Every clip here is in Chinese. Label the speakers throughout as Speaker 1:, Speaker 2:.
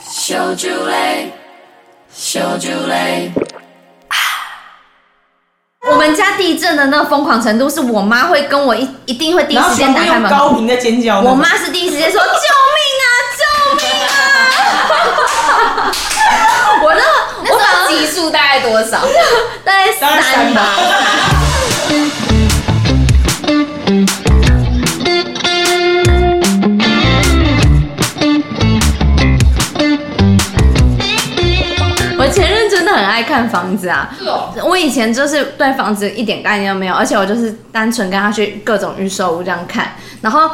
Speaker 1: 小酒类，小酒类。
Speaker 2: 我们家地震的那个疯狂程度，是我妈会跟我一一定会第一
Speaker 3: 然后
Speaker 2: 时间
Speaker 3: 全部
Speaker 2: 打开
Speaker 3: 用
Speaker 2: 门，
Speaker 3: 高频在尖叫那种。
Speaker 2: 我妈是第一时间说救命啊，救命啊！ 我那我
Speaker 4: 那
Speaker 2: 反而
Speaker 4: 时候级数大概多少？
Speaker 2: 大概
Speaker 3: 当然
Speaker 2: 三吧。我前任真的很爱看房子啊，
Speaker 4: 是哦，
Speaker 2: 我以前就是对房子一点概念都没有，而且我就是单纯跟他去各种预售屋这样看，然后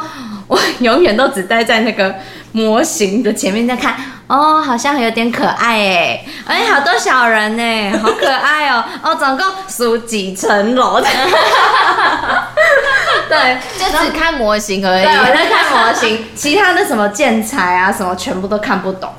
Speaker 2: 我永远都只待在那个模型的前面在看。哦，好像有点可爱哎，哎，好多小人哎，好可爱哦！哦，总共数几层楼的？对，
Speaker 4: 就只看模型而
Speaker 2: 对，我
Speaker 4: 已。
Speaker 2: 在看模型，其他的什么建材啊，什么全部都看不懂。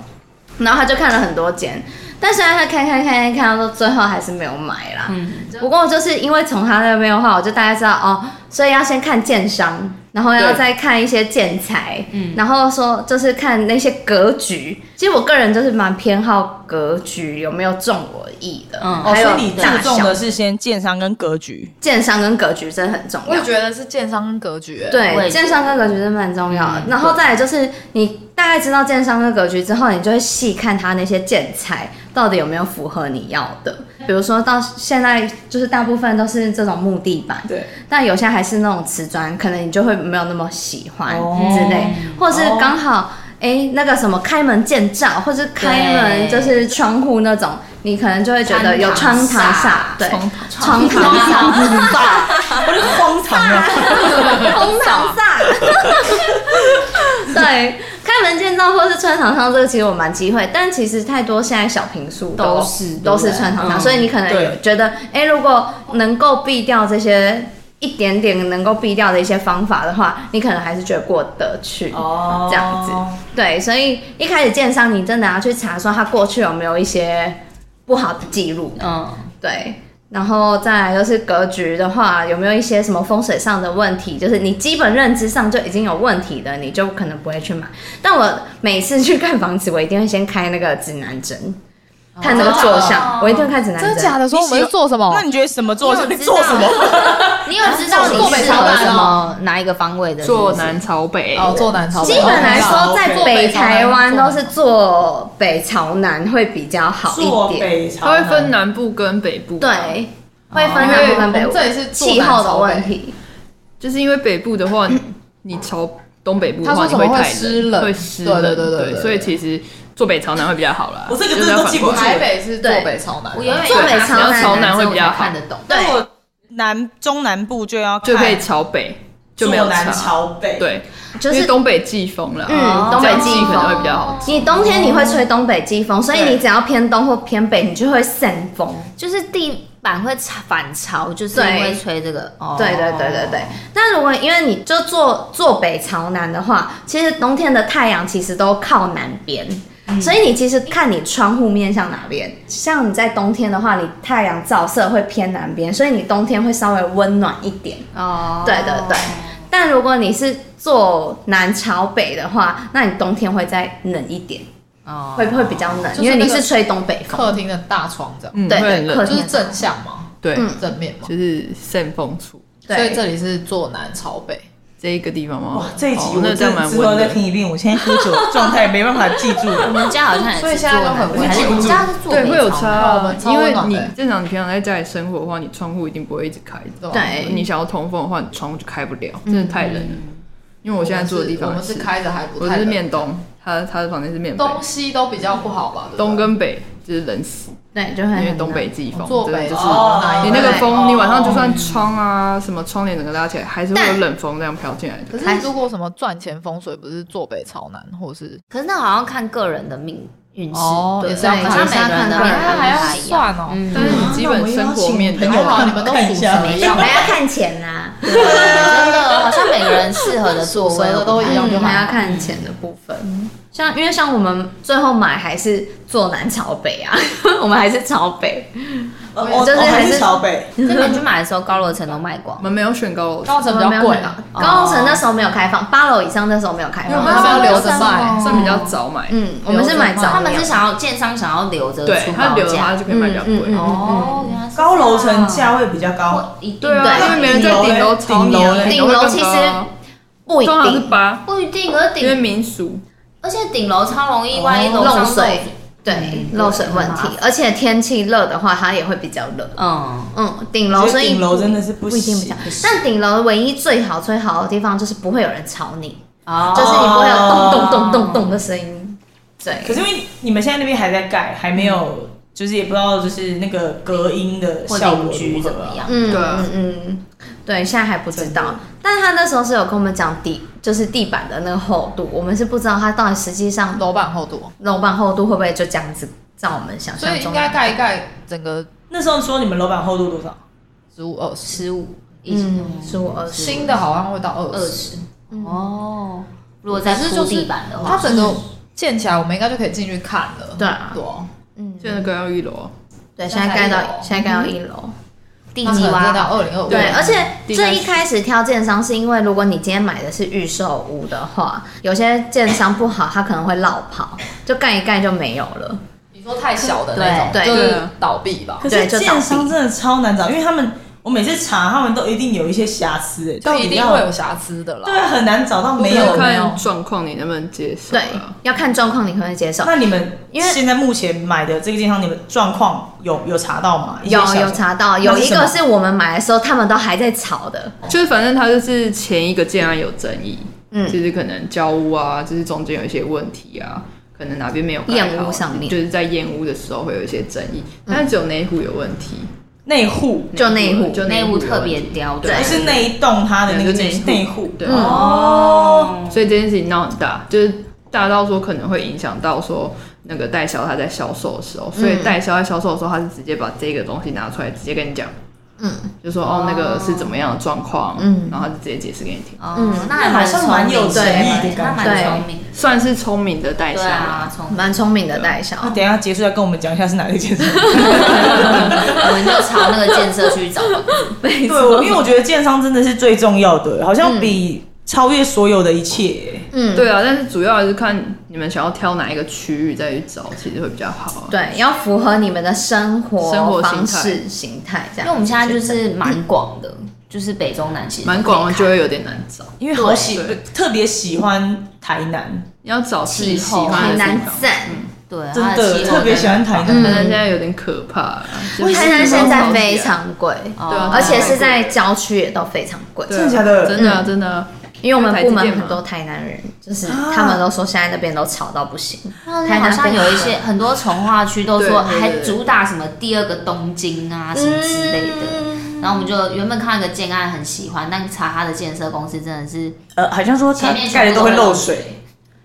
Speaker 2: 然后他就看了很多间，但虽然他看看看看看到最后还是没有买啦。不过就是因为从他那边的话，我就大概知道哦，所以要先看建商，然后要
Speaker 3: 对
Speaker 2: 再看一些建材，然后说就是看那些格局。其实我个人就是蛮偏好格局有没有中我意的，
Speaker 5: 嗯
Speaker 3: 哦，
Speaker 2: 还有
Speaker 3: 所以你注
Speaker 2: 大
Speaker 3: 重
Speaker 2: 小
Speaker 3: 的是先建商跟格局，
Speaker 2: 建商跟格局真的很重要。
Speaker 4: 觉得是建商跟格局。
Speaker 5: 我也
Speaker 2: 对，
Speaker 5: 觉
Speaker 2: 建商跟格局是蛮重要的。然后再来就是，你大概知道建商跟格局之后，你就会细看它那些建材到底有没有符合你要的。比如说到现在，就是大部分都是这种木地板，
Speaker 3: 对，
Speaker 2: 但有些还是那种瓷砖，可能你就会没有那么喜欢
Speaker 3: 哦
Speaker 2: 之类，或者是刚好。诶那个什么开门见照，或是开
Speaker 5: 对
Speaker 2: 门就是窗户那种，你可能就会觉得有
Speaker 4: 穿
Speaker 2: 窗
Speaker 4: 堂
Speaker 2: 堂
Speaker 4: 煞
Speaker 2: 煞，对，
Speaker 3: 荒
Speaker 2: 窗
Speaker 3: 唐
Speaker 2: 堂煞，
Speaker 3: 我就荒 唐啊！
Speaker 2: 红糖萨。对，开门见照或是穿堂上，这个其实我蛮忌讳，但其实太多现在小平数
Speaker 5: 都是
Speaker 2: 都是
Speaker 5: 对不对
Speaker 2: 穿堂上，
Speaker 3: 嗯
Speaker 2: 所以你可能
Speaker 3: 对
Speaker 2: 有觉得，哎、如果能够避掉这些一点点能够避掉的一些方法的话，你可能还是觉得过得去。
Speaker 3: 哦
Speaker 2: 这样子对，所以一开始建商你真的要去查说他过去有没有一些不好的记录，
Speaker 5: 嗯，
Speaker 2: 对，然后再来就是格局的话，有没有一些什么风水上的问题？就是你基本认知上就已经有问题的，你就可能不会去买。但我每次去看房子，我一定会先开那个指南针，看那个坐向，
Speaker 6: 哦
Speaker 2: 我一定会看指南针。
Speaker 4: 哦的？说我们是做什么
Speaker 3: 那你觉得什么做
Speaker 5: 因为我知道
Speaker 3: 做什么？
Speaker 5: 你有知道你
Speaker 4: 坐北
Speaker 5: 适
Speaker 4: 朝
Speaker 5: 合
Speaker 4: 南
Speaker 5: 什么哪一个方位的？
Speaker 6: 坐
Speaker 5: 是不是
Speaker 6: 南朝北。
Speaker 4: 哦，做南朝北。
Speaker 2: 基本来说，
Speaker 3: 哦
Speaker 2: 在
Speaker 4: 坐
Speaker 2: 北
Speaker 4: 北朝南
Speaker 2: 台湾都是坐北朝南会比较好
Speaker 3: 坐
Speaker 2: 一点。
Speaker 3: 北朝
Speaker 6: 它
Speaker 3: 南，
Speaker 6: 会分南部跟北部，，
Speaker 2: 对，会分
Speaker 4: 因
Speaker 2: 南
Speaker 4: 为
Speaker 2: 部跟北
Speaker 4: 哦我们
Speaker 2: 部
Speaker 4: 这，里是坐
Speaker 2: 气
Speaker 4: 南
Speaker 2: 候的
Speaker 4: 朝
Speaker 2: 问
Speaker 4: 北
Speaker 2: 题。
Speaker 6: 就是因为北部的话，你朝东北部的
Speaker 4: 他说
Speaker 6: 话，你
Speaker 4: 什么
Speaker 6: 太
Speaker 4: 会湿冷
Speaker 6: 冷，会湿
Speaker 4: 对
Speaker 6: 冷，
Speaker 4: 对对对对对
Speaker 6: 所以其实坐北朝南会比较好啦。
Speaker 3: 我这个
Speaker 6: 就
Speaker 3: 真
Speaker 6: 是
Speaker 3: 的
Speaker 6: 要
Speaker 3: 都
Speaker 6: 反
Speaker 3: 记不
Speaker 6: 过
Speaker 3: 住
Speaker 6: 去
Speaker 4: 台北是坐北朝南，
Speaker 5: 我永远
Speaker 2: 坐北朝南
Speaker 5: 要
Speaker 6: 朝南会比较好
Speaker 5: 我才看得懂。
Speaker 2: 对
Speaker 3: 那我南中南部就要
Speaker 6: 就可以
Speaker 3: 看
Speaker 6: 朝北，就没有
Speaker 3: 坐南
Speaker 6: 差。
Speaker 3: 朝北，，
Speaker 6: 对，
Speaker 2: 就
Speaker 6: 因
Speaker 2: 是
Speaker 6: 为东北季风了，
Speaker 2: 嗯
Speaker 6: 这样
Speaker 2: 东北季
Speaker 6: 可能
Speaker 2: 风
Speaker 6: 会比较好。
Speaker 2: 你冬天你会吹东北季风，所以
Speaker 3: 对
Speaker 2: 你只要偏东或偏北，你就会散风。
Speaker 5: 就是地板会朝反潮，就是因为吹这个。哦
Speaker 2: 对对对对对。那如果因为你就坐坐北朝南的话，其实冬天的太阳其实都靠南边。
Speaker 5: 嗯
Speaker 2: 所以你其实看你窗户面向哪边，像你在冬天的话，你太阳照射会偏南边，所以你冬天会稍微温暖一点。
Speaker 5: 哦
Speaker 2: 对对对。但如果你是坐南朝北的话，那你冬天会再冷一点，
Speaker 5: 哦
Speaker 2: 会会比较冷，
Speaker 4: 就是
Speaker 2: 因为你
Speaker 4: 那个
Speaker 2: 是吹东北风。
Speaker 4: 客厅的大窗这样，
Speaker 6: 嗯，
Speaker 2: 对
Speaker 6: 会很
Speaker 2: 客
Speaker 6: 冷，
Speaker 4: 就是正向嘛，
Speaker 6: 对，
Speaker 2: 嗯
Speaker 4: 正面嘛。
Speaker 6: 就是扇风处
Speaker 2: 对
Speaker 4: 所以这里是坐南朝北。
Speaker 6: 这一个地方吗？
Speaker 3: 哇，这一集
Speaker 6: 哦
Speaker 3: 我
Speaker 6: 那这
Speaker 3: 真
Speaker 6: 样
Speaker 3: 的
Speaker 6: 蛮
Speaker 3: 之后
Speaker 6: 温
Speaker 3: 再
Speaker 6: 的。
Speaker 3: 听一遍，我现在喝酒 的状态没办法记住
Speaker 5: 我
Speaker 3: 了。
Speaker 5: 们家好像也是
Speaker 4: 所以现在都很
Speaker 5: 坐南还是
Speaker 4: 温
Speaker 5: 我们家是坐
Speaker 6: 对，
Speaker 5: 北
Speaker 6: 会有
Speaker 5: 朝
Speaker 6: 差
Speaker 5: 南
Speaker 4: 我
Speaker 6: 啊
Speaker 4: 们，超
Speaker 6: 因为
Speaker 4: 温暖
Speaker 6: 你
Speaker 4: 的
Speaker 6: 正常你平常在家里生活的话，你窗户一定不会一直开着。
Speaker 4: 对吧
Speaker 2: 对
Speaker 6: 你想要通风的话，你窗户就开不了，真的太冷了。因为我现在住的地方
Speaker 4: 我们
Speaker 6: 也
Speaker 4: 是
Speaker 6: 是，
Speaker 4: 开着还不
Speaker 6: 我
Speaker 4: 太
Speaker 6: 是
Speaker 4: 冷
Speaker 6: 面东，他他的房间是面北，
Speaker 4: 东西都比较不好吧？对不对
Speaker 6: 东跟北就是冷死，
Speaker 2: 对，就会
Speaker 6: 因为
Speaker 2: 很
Speaker 6: 东
Speaker 2: 冷
Speaker 6: 北季风，
Speaker 4: 坐
Speaker 6: 真的
Speaker 4: 北
Speaker 6: 就是
Speaker 4: 哦哪一
Speaker 6: 你那个
Speaker 4: 对
Speaker 6: 风，你晚上就
Speaker 4: 哦
Speaker 6: 算窗啊什么窗帘整个拉起来，还是会有冷风这样飘进来的。
Speaker 4: 可是如果什么赚钱风水，不是坐北朝南，或是
Speaker 5: 可是那好像看个人的命运势
Speaker 4: 哦，
Speaker 5: 对
Speaker 4: 也是要
Speaker 5: 好
Speaker 4: 看
Speaker 5: 像每个人的命
Speaker 2: 也
Speaker 5: 运
Speaker 2: 是要
Speaker 5: 都不
Speaker 2: 看个人
Speaker 4: 还要
Speaker 5: 太一样。
Speaker 4: 算哦。
Speaker 5: 嗯，
Speaker 6: 但是你基本生活面的
Speaker 3: 那我们邀请朋友啊
Speaker 6: 话
Speaker 4: 好，你们都
Speaker 3: 看一
Speaker 4: 属
Speaker 3: 下
Speaker 4: 什么
Speaker 2: 没有，还要看钱啊啦，
Speaker 5: 对真的好像每个人适合的座位
Speaker 4: 属蛇的都一样就
Speaker 2: 嗯
Speaker 4: 好
Speaker 2: 还要看钱的部分。像因为 像我们最后买还是坐南朝北啊，我们还是朝北。
Speaker 3: 呃
Speaker 2: 我就是
Speaker 3: 我还
Speaker 2: 还是
Speaker 3: 是小北，
Speaker 5: 真的你去买的时候，高楼层都卖光
Speaker 6: 我。们没有选高楼层，
Speaker 4: 高层比较
Speaker 6: 哦
Speaker 4: 贵啊，
Speaker 2: 我们没有买哦高层那时候没有开放，八楼以上那时候没有开
Speaker 6: 因为我
Speaker 2: 放。
Speaker 6: 们
Speaker 4: 他们要留着卖
Speaker 6: 算算比较早买，
Speaker 2: 嗯，我们是买早鸟，
Speaker 5: 他们是想要建商想要留着
Speaker 6: 对
Speaker 5: 出
Speaker 6: 他
Speaker 5: 高
Speaker 6: 留着
Speaker 5: 价
Speaker 6: 他就可以卖比较
Speaker 2: 嗯嗯
Speaker 6: 贵
Speaker 2: 嗯。
Speaker 5: 哦，原来是这样
Speaker 3: 高楼层价位比较高，
Speaker 5: 一定
Speaker 6: 对啊，
Speaker 5: 的
Speaker 6: 因为没人在顶楼炒你啊，
Speaker 2: 顶楼
Speaker 6: 会更
Speaker 2: 其
Speaker 6: 高啊
Speaker 2: 不一
Speaker 6: 通常是
Speaker 2: 定，
Speaker 6: 八，
Speaker 5: 不一定，而
Speaker 6: 因为
Speaker 5: 顶
Speaker 6: 民俗
Speaker 5: 而且顶楼超容易，万一楼
Speaker 2: 哦漏
Speaker 5: 上
Speaker 2: 水，对漏水问题，而且天气热的话，它也会比较热。
Speaker 5: 嗯，
Speaker 2: 嗯，顶楼
Speaker 3: 所
Speaker 2: 所
Speaker 3: 以
Speaker 2: 以
Speaker 3: 顶楼真的是不
Speaker 2: 不一定比
Speaker 3: 行
Speaker 2: 较，，但顶楼唯一最好最好的地方就是不会有人吵你，
Speaker 5: 哦
Speaker 2: 就是你不会有咚咚咚咚咚的声音。对，
Speaker 3: 可是因为你们现在那边还在盖，还没有，就是也不知道就是那个隔音的
Speaker 5: 或
Speaker 3: 效
Speaker 5: 邻
Speaker 3: 果
Speaker 5: 居
Speaker 3: 如
Speaker 5: 怎
Speaker 3: 何
Speaker 5: 么
Speaker 3: 啊
Speaker 5: 样？
Speaker 2: 嗯
Speaker 6: 对啊
Speaker 2: 嗯嗯，对，现在还不知道。但是他那时候是有跟我们讲地，就是地板的那个厚度，我们是不知道它到底实际上
Speaker 4: 楼板厚度，
Speaker 2: 楼板厚度会不会就这样子，照我们想
Speaker 4: 所
Speaker 2: 象
Speaker 4: 以应
Speaker 2: 中。
Speaker 4: 该盖一盖整个
Speaker 3: 那时候说你们楼板厚度多少？
Speaker 4: 十五二十，
Speaker 5: 十五，
Speaker 2: 嗯，十五二十，
Speaker 4: 新的好像会到二
Speaker 5: 二
Speaker 4: 十，
Speaker 5: 十，哦，如果再
Speaker 4: 可是
Speaker 5: 铺
Speaker 4: 就是
Speaker 5: 地板的
Speaker 4: 它
Speaker 5: 话，
Speaker 4: 整个建起来，我们应该就可以进去看了。
Speaker 2: 对啊
Speaker 4: 对啊，
Speaker 2: 嗯，
Speaker 6: 现在更要一楼啊，
Speaker 2: 对，现在盖
Speaker 4: 现在一
Speaker 2: 到
Speaker 4: 楼
Speaker 2: 现在盖到一楼。
Speaker 5: 地
Speaker 4: 它可
Speaker 5: 基
Speaker 4: 能真
Speaker 5: 挖
Speaker 4: 的
Speaker 5: 好
Speaker 4: 二零二五，
Speaker 2: 对，而且
Speaker 6: 地
Speaker 2: 这
Speaker 6: 下室
Speaker 2: 一开始挑建商是因为，如果你今天买的是预售屋的话，有些建商不好，他可能会落跑，就盖一盖就没有了。
Speaker 4: 你说太小的那种，
Speaker 2: 对
Speaker 4: 就
Speaker 6: 对
Speaker 4: 是倒闭吧，
Speaker 3: 可
Speaker 2: 对
Speaker 3: 是
Speaker 2: 就倒闭
Speaker 3: 建商真的超难找，因为他们我每次查，他们都一定有一些瑕疵，
Speaker 4: 就
Speaker 3: 到
Speaker 4: 一
Speaker 3: 底
Speaker 4: 定会有
Speaker 3: 要
Speaker 4: 瑕疵的啦。
Speaker 3: 对，啊很难找到没
Speaker 6: 就
Speaker 3: 有。
Speaker 4: 没有
Speaker 6: 看状况你能不能接受
Speaker 2: 对
Speaker 6: 啊。，
Speaker 2: 要看状况你可不可以接受。
Speaker 3: 那你们
Speaker 2: 因为
Speaker 3: 现在目前买的这个建商，你们状况有有查到吗？
Speaker 2: 有
Speaker 3: 一些瑕疵
Speaker 2: 有查到，
Speaker 3: 那
Speaker 2: 有一
Speaker 3: 什
Speaker 2: 个
Speaker 3: 么
Speaker 2: 是我们买的时候他们都还在吵的，
Speaker 6: 就是反正他就是前一个建案有争议，
Speaker 2: 嗯
Speaker 6: 就是可能交屋啊，就是中间有一些问题啊，可能哪边没有盖好
Speaker 2: 验屋上面嗯
Speaker 6: 就是在验屋的时候会有一些争议，但是只有那一户有问题，
Speaker 3: 内户，
Speaker 2: 哦就那一户
Speaker 6: 就
Speaker 5: 内
Speaker 6: 一
Speaker 5: 部
Speaker 6: 有
Speaker 5: 特
Speaker 6: 问
Speaker 5: 别
Speaker 6: 题
Speaker 5: 刁
Speaker 6: 对
Speaker 3: 不
Speaker 5: 钻，
Speaker 3: 是那一栋它的那个
Speaker 6: 对就啊内
Speaker 3: 内
Speaker 6: 户
Speaker 3: 户
Speaker 6: 对啊
Speaker 2: 嗯
Speaker 3: 哦，
Speaker 6: 所以这件事情闹很大，就是大到说可能会影响到说那个代销他在销售的时候，所以代销在销售的时候，他是直接把这个东西拿出来，直接跟你讲，
Speaker 2: 嗯，
Speaker 6: 就说哦那个是怎么样的状况，
Speaker 2: 嗯
Speaker 6: 然后他就直接解释给你听，
Speaker 5: 哦
Speaker 2: 嗯，
Speaker 5: 那还蛮聪明
Speaker 3: 那好像蛮有
Speaker 5: 对
Speaker 3: 诚意的
Speaker 5: 他
Speaker 3: 感觉
Speaker 5: 蛮聪明，
Speaker 6: 算是聪明的代
Speaker 5: 对
Speaker 6: 销啦。
Speaker 5: 啊，聪明，
Speaker 2: 蛮聪明的代 销。
Speaker 3: 那啊等一下结束要跟我们讲一下是哪一件事。
Speaker 5: 我们就朝那个建设区找吧。
Speaker 3: 对，我因为我觉得建商真的是最重要的，好像比超越所有的一切。
Speaker 2: 嗯，
Speaker 6: 对啊，但是主要还是看你们想要挑哪一个区域再去找，其实会比较好啊。
Speaker 2: 对，要符合你们的生活
Speaker 6: 生活
Speaker 2: 方
Speaker 6: 形态
Speaker 2: 式形态这
Speaker 5: 因
Speaker 2: 样。
Speaker 5: 为我们现在就是蛮广的，就是北中南其实
Speaker 6: 蛮广的就
Speaker 5: 的，
Speaker 6: 会有点难找，
Speaker 3: 因为好喜
Speaker 6: 对
Speaker 3: 特别喜欢台南，
Speaker 6: 你要找自己喜欢
Speaker 2: 很
Speaker 6: 的地
Speaker 2: 难
Speaker 6: 方。
Speaker 2: 赞，
Speaker 5: 对，
Speaker 3: 真
Speaker 5: 它的
Speaker 3: 的
Speaker 5: 气候
Speaker 3: 特别喜欢
Speaker 5: 啊真的
Speaker 3: 台
Speaker 6: 台
Speaker 3: 南。
Speaker 6: 南
Speaker 5: 嗯
Speaker 6: 现在有点可怕啊，就是
Speaker 2: 嗯台南现在非常贵，
Speaker 5: 哦
Speaker 6: 对啊
Speaker 2: 而且是在郊区也都非常贵。
Speaker 6: 对
Speaker 3: 真
Speaker 6: 啊
Speaker 3: 的假的
Speaker 6: 真的啊真的啊。
Speaker 2: 因为我们部门很
Speaker 6: 台积电
Speaker 2: 多
Speaker 6: 嘛
Speaker 2: 台南人，就是他们都说现在那边都吵到不行。
Speaker 5: 台南好像有一些很多从化区都说
Speaker 6: 对对对
Speaker 5: 还主打什么第二个东京啊什么
Speaker 2: 嗯
Speaker 5: 之类的，然后我们就原本看了个建案很喜欢，但查他的建设公司真的是，
Speaker 3: 呃，好像说它
Speaker 5: 前面
Speaker 3: 盖的都会漏水，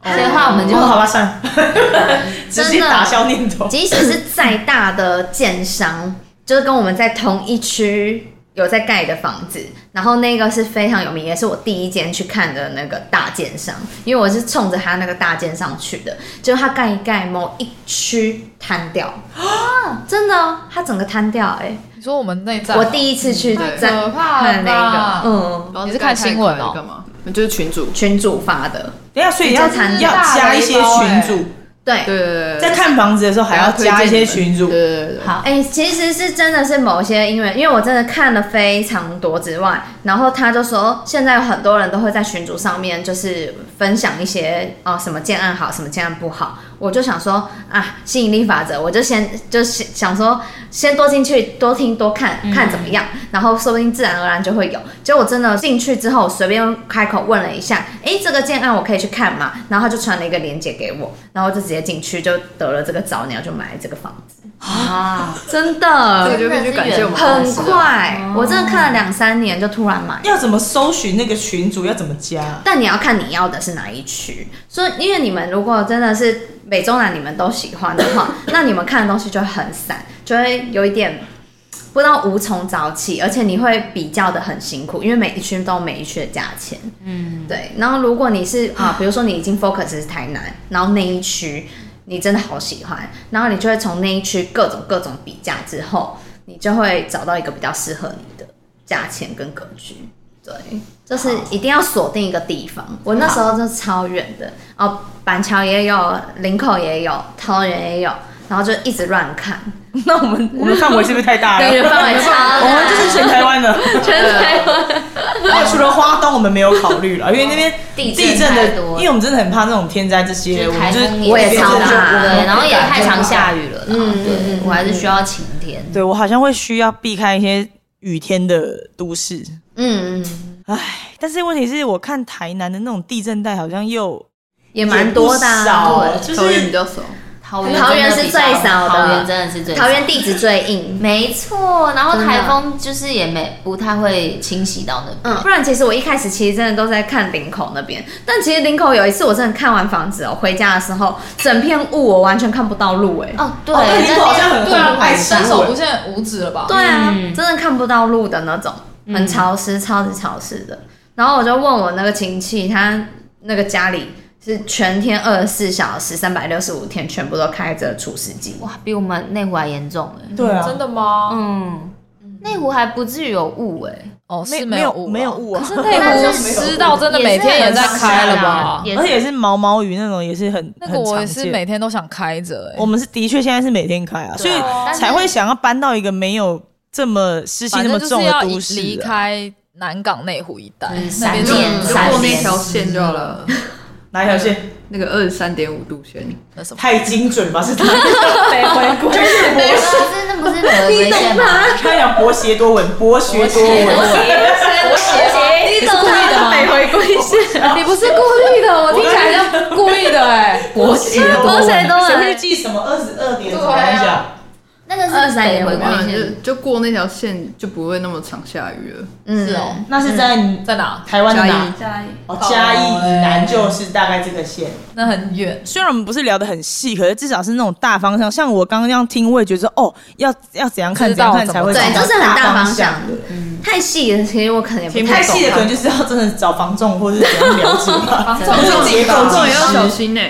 Speaker 5: 所以后来我嗯们就
Speaker 3: 哦好吧，算了， 直接打消念头。
Speaker 2: 即使是再大的建商，就是跟我们在同一区有在盖的房子，然后那个是非常有名，也是我第一间去看的那个大建商，因为我是冲着他那个大建商去的，就是他盖一盖某一区摊掉，真的哦，他整个摊掉、
Speaker 4: 你说我们内
Speaker 2: 哎，
Speaker 4: 战，
Speaker 2: 我第一次去
Speaker 4: 太
Speaker 2: 在
Speaker 4: 可怕了
Speaker 2: 看那
Speaker 4: 吧
Speaker 2: 个，嗯，
Speaker 6: 然后
Speaker 4: 你是看新闻哦
Speaker 6: 干嘛？就是群主。
Speaker 2: 群主发的，
Speaker 3: 等一下，所以要
Speaker 2: 你在台南
Speaker 3: 要加一些群主，
Speaker 2: 对，
Speaker 6: 对对对对，
Speaker 3: 在看房子的时候还要加一些群主
Speaker 6: 对。对对对，
Speaker 5: 好，
Speaker 2: 哎、其实是真的是某些音乐，因为我真的看了非常多之外，然后他就说，现在有很多人都会在群组上面就是分享一些哦什么建案好，什么建案不好，我就想说啊，吸引力法则，我就先就是想说先多进去多听多看看怎么样，然后说不定自然而然就会有。结果我真的进去之后，我随便开口问了一下，哎、这个建案我可以去看吗？然后他就传了一个链接给我，然后我就直接进去就得了这个早鸟，就买了这个房子。
Speaker 5: 啊，
Speaker 2: 真
Speaker 6: 这个
Speaker 2: 的
Speaker 6: 就必须感谢我们公
Speaker 2: 很
Speaker 6: 司啊。
Speaker 2: 快，我真的看了两三年就突然买。
Speaker 3: 要怎么搜寻那个群主？要怎么 加？
Speaker 2: 但你要看你要的是哪一区，所以因为你们如果真的是北中南你们都喜欢的话，那你们看的东西就会很散，就会有一点不知道无从找起，而且你会比较的很辛苦，因为每一区都有每一区的价钱。嗯，对。然后如果你是啊，比如说你已经 focus 是台南，然后那一区你真的好喜欢，然后你就会从那一区各种各种比价之后，你就会找到一个比较适合你的价钱跟格局。对，就是一定要锁定一个地方。我那时候就超远的哦，板桥也有，林口也有，桃园也有，然后就一直乱看，
Speaker 3: 那我们我们范围是不是太大了？
Speaker 2: 对，范 围超大，
Speaker 3: 我们就是全台湾的，
Speaker 2: 全台湾。
Speaker 3: 那除了花东，我们没有考虑了，因为那边
Speaker 5: 地震
Speaker 3: 地震
Speaker 5: 太
Speaker 3: 的，
Speaker 5: 多
Speaker 3: 因为我们真的很怕那种天灾这
Speaker 5: 就
Speaker 3: 些，
Speaker 5: 是
Speaker 3: 我
Speaker 5: 台
Speaker 3: 们就是
Speaker 5: 风
Speaker 2: 我也
Speaker 5: 是啊
Speaker 2: 超怕
Speaker 5: 对，然后也太常下雨
Speaker 2: 嗯
Speaker 5: 了啦，对我还是需要晴天。
Speaker 3: 对我好像会需要避开一些雨天的都市，
Speaker 2: 嗯，嗯
Speaker 3: 但是问题是我看台南的那种地震带好像又
Speaker 2: 也蛮多的、啊。
Speaker 3: 也不少就
Speaker 6: 桃园比
Speaker 3: 是
Speaker 6: 较熟，
Speaker 5: 桃园
Speaker 2: 桃园
Speaker 5: 真的
Speaker 2: 是
Speaker 5: 比较
Speaker 2: 最少的
Speaker 5: 桃园真的是最少
Speaker 2: 桃园地址最硬，
Speaker 5: 没错，然后
Speaker 2: 真的
Speaker 5: 台风就是也没不太会侵袭到那边。
Speaker 2: 嗯，不然其实我一开始其实真的都在看林口那边，但其实林口有一次我真的看完房子哦、回家的时候整片雾，我完全看不到路哎、
Speaker 5: 哦，对，
Speaker 3: 哦对
Speaker 5: 那
Speaker 3: 林口好
Speaker 5: 边
Speaker 3: 像很
Speaker 4: 对啊，
Speaker 3: 爱吃
Speaker 4: 伸手
Speaker 3: 我
Speaker 4: 不见五指了吧？
Speaker 2: 对啊，
Speaker 5: 嗯
Speaker 2: 真的看不到路的那种，很潮湿，超级潮湿的。然后我就问我那个亲戚，他那个家里是全天二十四小时、三百六十五天全部都开着除湿机，
Speaker 5: 哇，比我们内湖还严重哎。
Speaker 3: 对啊
Speaker 4: 真，的吗？
Speaker 5: 嗯，内湖还不至于有雾哎，
Speaker 4: 哦，是
Speaker 3: 没
Speaker 4: 有
Speaker 3: 没有
Speaker 4: 雾
Speaker 3: 雾啊，
Speaker 4: 啊，内湖湿到真的每天也在开了 吧？
Speaker 5: 也是
Speaker 3: 而
Speaker 5: 很
Speaker 3: 且是毛毛雨那种也是很
Speaker 4: 那个我也
Speaker 3: 很
Speaker 4: 是
Speaker 3: 常见
Speaker 4: 每天都想开着哎
Speaker 3: 我，们是的确现在是每天开啊，所以
Speaker 5: 对啊
Speaker 3: 才会想要搬到一个没有这么湿气
Speaker 4: 反
Speaker 3: 那
Speaker 4: 正
Speaker 3: 么
Speaker 4: 就是
Speaker 3: 重
Speaker 4: 要
Speaker 3: 的
Speaker 4: 离
Speaker 3: 都市
Speaker 4: 离
Speaker 3: 啊。
Speaker 4: 开南港内湖一带
Speaker 5: 嗯，
Speaker 4: 那边
Speaker 5: 闪
Speaker 4: 就
Speaker 5: 电
Speaker 6: 就
Speaker 5: 闪
Speaker 6: 过
Speaker 5: 电
Speaker 6: 那条线就好了，
Speaker 3: 哪一条线？
Speaker 6: 那个二十三点五度线。
Speaker 4: 那什么。
Speaker 3: 太精准吧，是它。北 回归，就是
Speaker 5: 对
Speaker 3: 博，
Speaker 5: 啊这那不是违违宪吗？
Speaker 3: 他讲博学多闻，博学多闻。
Speaker 4: 你是故意的吗？北回归线，你不是故意的，我听起来 像故意的哎、
Speaker 3: 博学
Speaker 2: 多闻多闻
Speaker 3: 谁会记什么二十二点什么东西
Speaker 4: 对
Speaker 3: 啊？
Speaker 5: 那个
Speaker 2: 二
Speaker 5: 是
Speaker 2: 三
Speaker 5: 北
Speaker 2: 也
Speaker 5: 回
Speaker 2: 没有啊
Speaker 5: 归
Speaker 6: 嗯，
Speaker 5: 线，
Speaker 6: 就就过那条线就不会那么常下雨了。
Speaker 2: 嗯，
Speaker 4: 是哦，啊
Speaker 3: 那是在
Speaker 4: 在哪？
Speaker 3: 台湾的
Speaker 6: 嘉
Speaker 3: 哪
Speaker 6: 义？
Speaker 2: 嘉义
Speaker 3: 哦，嘉义
Speaker 4: 哦
Speaker 3: 以南就是大概这个线。
Speaker 4: 那很远，
Speaker 3: 虽然我们不是聊得很细，可是至少是那种大方向。像我刚刚那样听，我也觉得说哦，要要怎样看
Speaker 4: 知
Speaker 3: 怎
Speaker 4: 道
Speaker 3: 样看才会
Speaker 2: 对，就
Speaker 3: 找到
Speaker 2: 是很大方向
Speaker 3: 向的。，
Speaker 2: 太细了，其实我可能也不
Speaker 3: 太
Speaker 2: 懂
Speaker 3: 细的
Speaker 2: 啊
Speaker 3: 可能就是要真的找房仲或者是怎样了解 吧。
Speaker 4: 重
Speaker 3: 结构
Speaker 6: 这种
Speaker 3: 技
Speaker 6: 也要小
Speaker 3: 师。
Speaker 6: 心欸呢、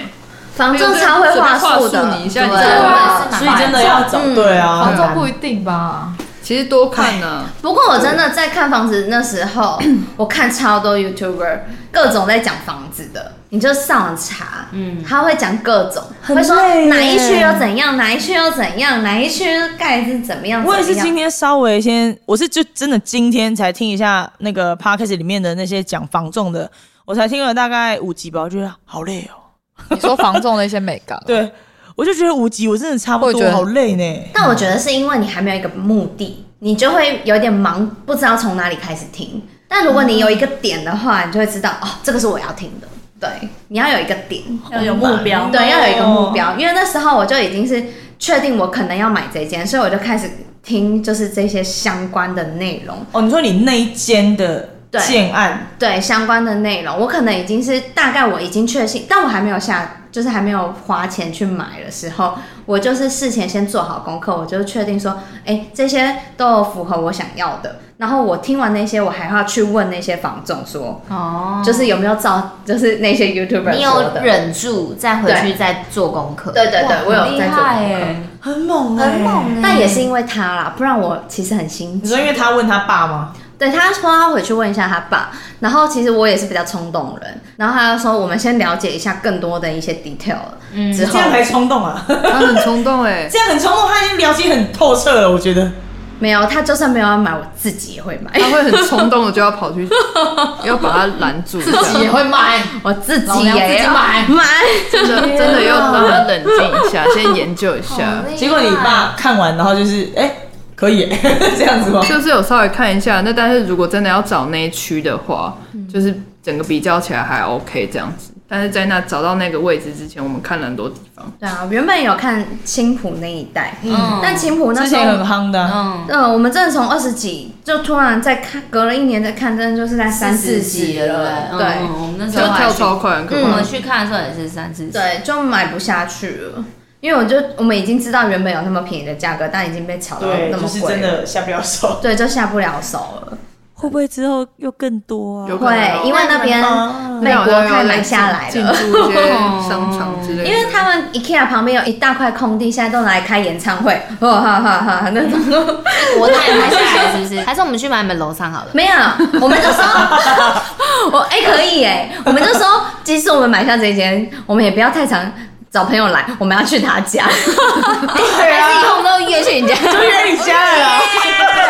Speaker 2: 房仲超会画树
Speaker 6: 随便
Speaker 2: 的
Speaker 6: 画，你一下，你
Speaker 5: 对
Speaker 6: 知道吗
Speaker 5: 啊
Speaker 3: 所以真的要找对啊，
Speaker 4: 房仲不一定吧？
Speaker 6: 其实多看呢、啊，
Speaker 2: 不过我真的在看房子那时 候，我看超多 YouTuber 各种在讲房子的，你就上网查，嗯，他会讲各种，会说
Speaker 3: 累耶
Speaker 2: 哪一区又怎样，哪一区又怎样，哪一区盖是怎么样，
Speaker 3: 我也是
Speaker 2: 怎么样
Speaker 3: 今天稍微先，我是就真的今天才听一下那个 podcast 里面的那些讲房仲的，我才听了大概五集吧，我觉得好累哦。
Speaker 4: 你说房仲那些美感，
Speaker 3: 对，我就觉得五集我真的差不
Speaker 4: 我也觉
Speaker 3: 多，
Speaker 4: 得
Speaker 3: 好累呢。
Speaker 2: 但我觉得是因为你还没有一个目的，你就会有点忙，不知道从哪里开始听。但如果你有一个点的话，你就会知道哦，这个是我要听的。对，你要有一个点，
Speaker 7: 要有目标。
Speaker 2: 对，要有一个目标。因为那时候我就已经是确定我可能要买这间，所以我就开始听就是这些相关的内容。
Speaker 3: 哦，你说你那一间的
Speaker 2: 对
Speaker 3: 建案，
Speaker 2: 对相关的内容，我可能已经是大概我已经确信，但我还没有下，就是还没有花钱去买的时候，我就是事前先做好功课，我就确定说，哎，这些都有符合我想要的。然后我听完那些，我还要去问那些房仲说，
Speaker 5: 哦，
Speaker 2: 就是有没有照， 就是那些 YouTuber
Speaker 5: 你
Speaker 2: 说
Speaker 5: 有
Speaker 2: 的。
Speaker 5: 忍住，再回去再做功课。
Speaker 2: 对对对，我有在做
Speaker 5: 哇很厉害
Speaker 2: 功课，
Speaker 5: 耶
Speaker 3: 很猛、
Speaker 5: 很猛耶，
Speaker 2: 但也是因为他啦，不然我其实很心
Speaker 3: 你
Speaker 2: 急
Speaker 3: 说。因为他问他爸吗？
Speaker 2: 对，他说他回去问一下他爸，然后其实我也是比较冲动人，然后他就说我们先了解一下更多的一些 detail 了，嗯，之
Speaker 3: 这
Speaker 2: 后
Speaker 3: 样才冲动 啊！
Speaker 6: 他很冲动哎、
Speaker 3: 这样很冲动，他已经了解很透彻了，我觉得。
Speaker 2: 没有，他就算没有要买，我自己也会买，
Speaker 6: 他会很冲动的就要跑去，要把他拦住，这
Speaker 4: 自己
Speaker 6: 样
Speaker 5: 哦
Speaker 4: 也会买，
Speaker 2: 我自己
Speaker 4: 老娘自
Speaker 2: 也
Speaker 4: 己
Speaker 2: 要
Speaker 4: 买
Speaker 2: 买，
Speaker 6: 真的真的要让他冷静一下，先研究一下。
Speaker 2: 啊
Speaker 3: 结果你爸看完，然后就是哎、可以耶 这样子吗？
Speaker 6: 就是有稍微看一下，那但是如果真的要找那一区的话，就是整个比较起来还 OK 这样子。但是在那找到那个位置之前，我们看了很多地方。
Speaker 2: 对啊，原本有看青浦那一带，
Speaker 5: 嗯
Speaker 2: 但青浦那
Speaker 3: 之
Speaker 2: 时
Speaker 3: 前很
Speaker 2: 候。
Speaker 3: 夯的啊、
Speaker 5: 嗯，
Speaker 2: 嗯，我们真的从二十几就突然在看，隔了一年再看，真的就是在三四
Speaker 5: 级
Speaker 2: 十
Speaker 5: 了，
Speaker 2: 了，
Speaker 5: 对
Speaker 2: 对
Speaker 5: 不对？嗯，我们那时
Speaker 6: 就
Speaker 5: 候还
Speaker 6: 跳
Speaker 5: 去
Speaker 6: 超快，很可
Speaker 5: 我
Speaker 6: 怕
Speaker 2: 嗯
Speaker 5: 们。去看的时候也是三四级，
Speaker 2: 对，就买不下去了，因为我就我们已经知道原本有那么便宜的价格，但已经被炒到
Speaker 3: 对，
Speaker 2: 那么
Speaker 3: 就是
Speaker 2: 贵
Speaker 3: 真
Speaker 2: 了，
Speaker 3: 的下不了手。
Speaker 2: 对，就下不了手了。
Speaker 3: 会不会之后又更多啊？
Speaker 6: 有可能哦
Speaker 2: 会，因为 那 边
Speaker 3: 啊
Speaker 2: 美国开买下来
Speaker 6: 进
Speaker 2: 了。哦
Speaker 6: 驻一些商场之类的，
Speaker 2: 因为他们 IKEA 旁边有一大块空地，现在都拿来开演唱会，哦哈哈哈那种。
Speaker 5: 国泰买下来是不 是？还是我们去买你们楼上好了？
Speaker 2: 没有，我们就说，我哎、可以哎、我们就说，即使我们买下这间，我们也不要太常找朋友来，我们要去他家，
Speaker 5: 对啊，还是以后我们都约去你家？
Speaker 3: 就约你家 了啦，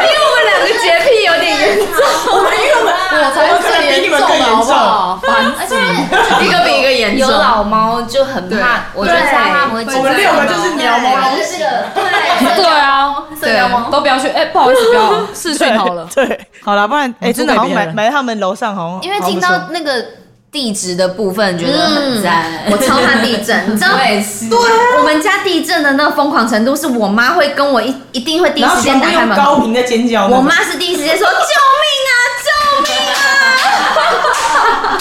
Speaker 2: 因为我们两个洁癖有点严重，
Speaker 4: 我才是最严重的，好不好？
Speaker 5: 而且
Speaker 2: 一个比一个严
Speaker 5: 有
Speaker 2: 重。
Speaker 5: 老猫就很怕，我觉得他们会紧张。
Speaker 6: 我们六个就是
Speaker 5: 鸟毛龙
Speaker 2: 就是个
Speaker 4: 对啊，
Speaker 6: 对
Speaker 4: 都不要去。哎，不好意思，不要 视讯好了。
Speaker 3: 对，好了，不然哎，真的好像买买到他们楼上好像，
Speaker 5: 因为
Speaker 3: 好像
Speaker 5: 听
Speaker 3: 不错
Speaker 5: 到那个地址的部分，觉得很赞。
Speaker 2: 嗯，我超怕地 震，你知道？
Speaker 5: 我也是
Speaker 2: 对、我们家地震的那个疯狂程度，是我妈会跟我一一定会第一
Speaker 3: 然后
Speaker 2: 时间
Speaker 3: 全部
Speaker 2: 打开
Speaker 3: 用
Speaker 2: 门。
Speaker 3: 高频在尖叫那种，
Speaker 2: 我妈是第一时间说：“救命啊，救命啊！”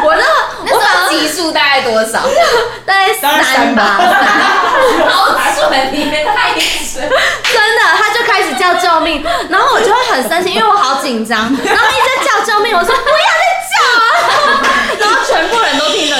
Speaker 2: 我那
Speaker 5: 那时候级数大概多少？
Speaker 2: 大概
Speaker 3: 大概
Speaker 2: 三
Speaker 3: 三吧
Speaker 2: 吧，三
Speaker 5: 好蠢，你们太蠢。
Speaker 2: 真的，她就开始叫救命，然后我就会很生气，因为我好紧张，然后她一直在叫救命，我说不要再叫啊，然后全部人都听得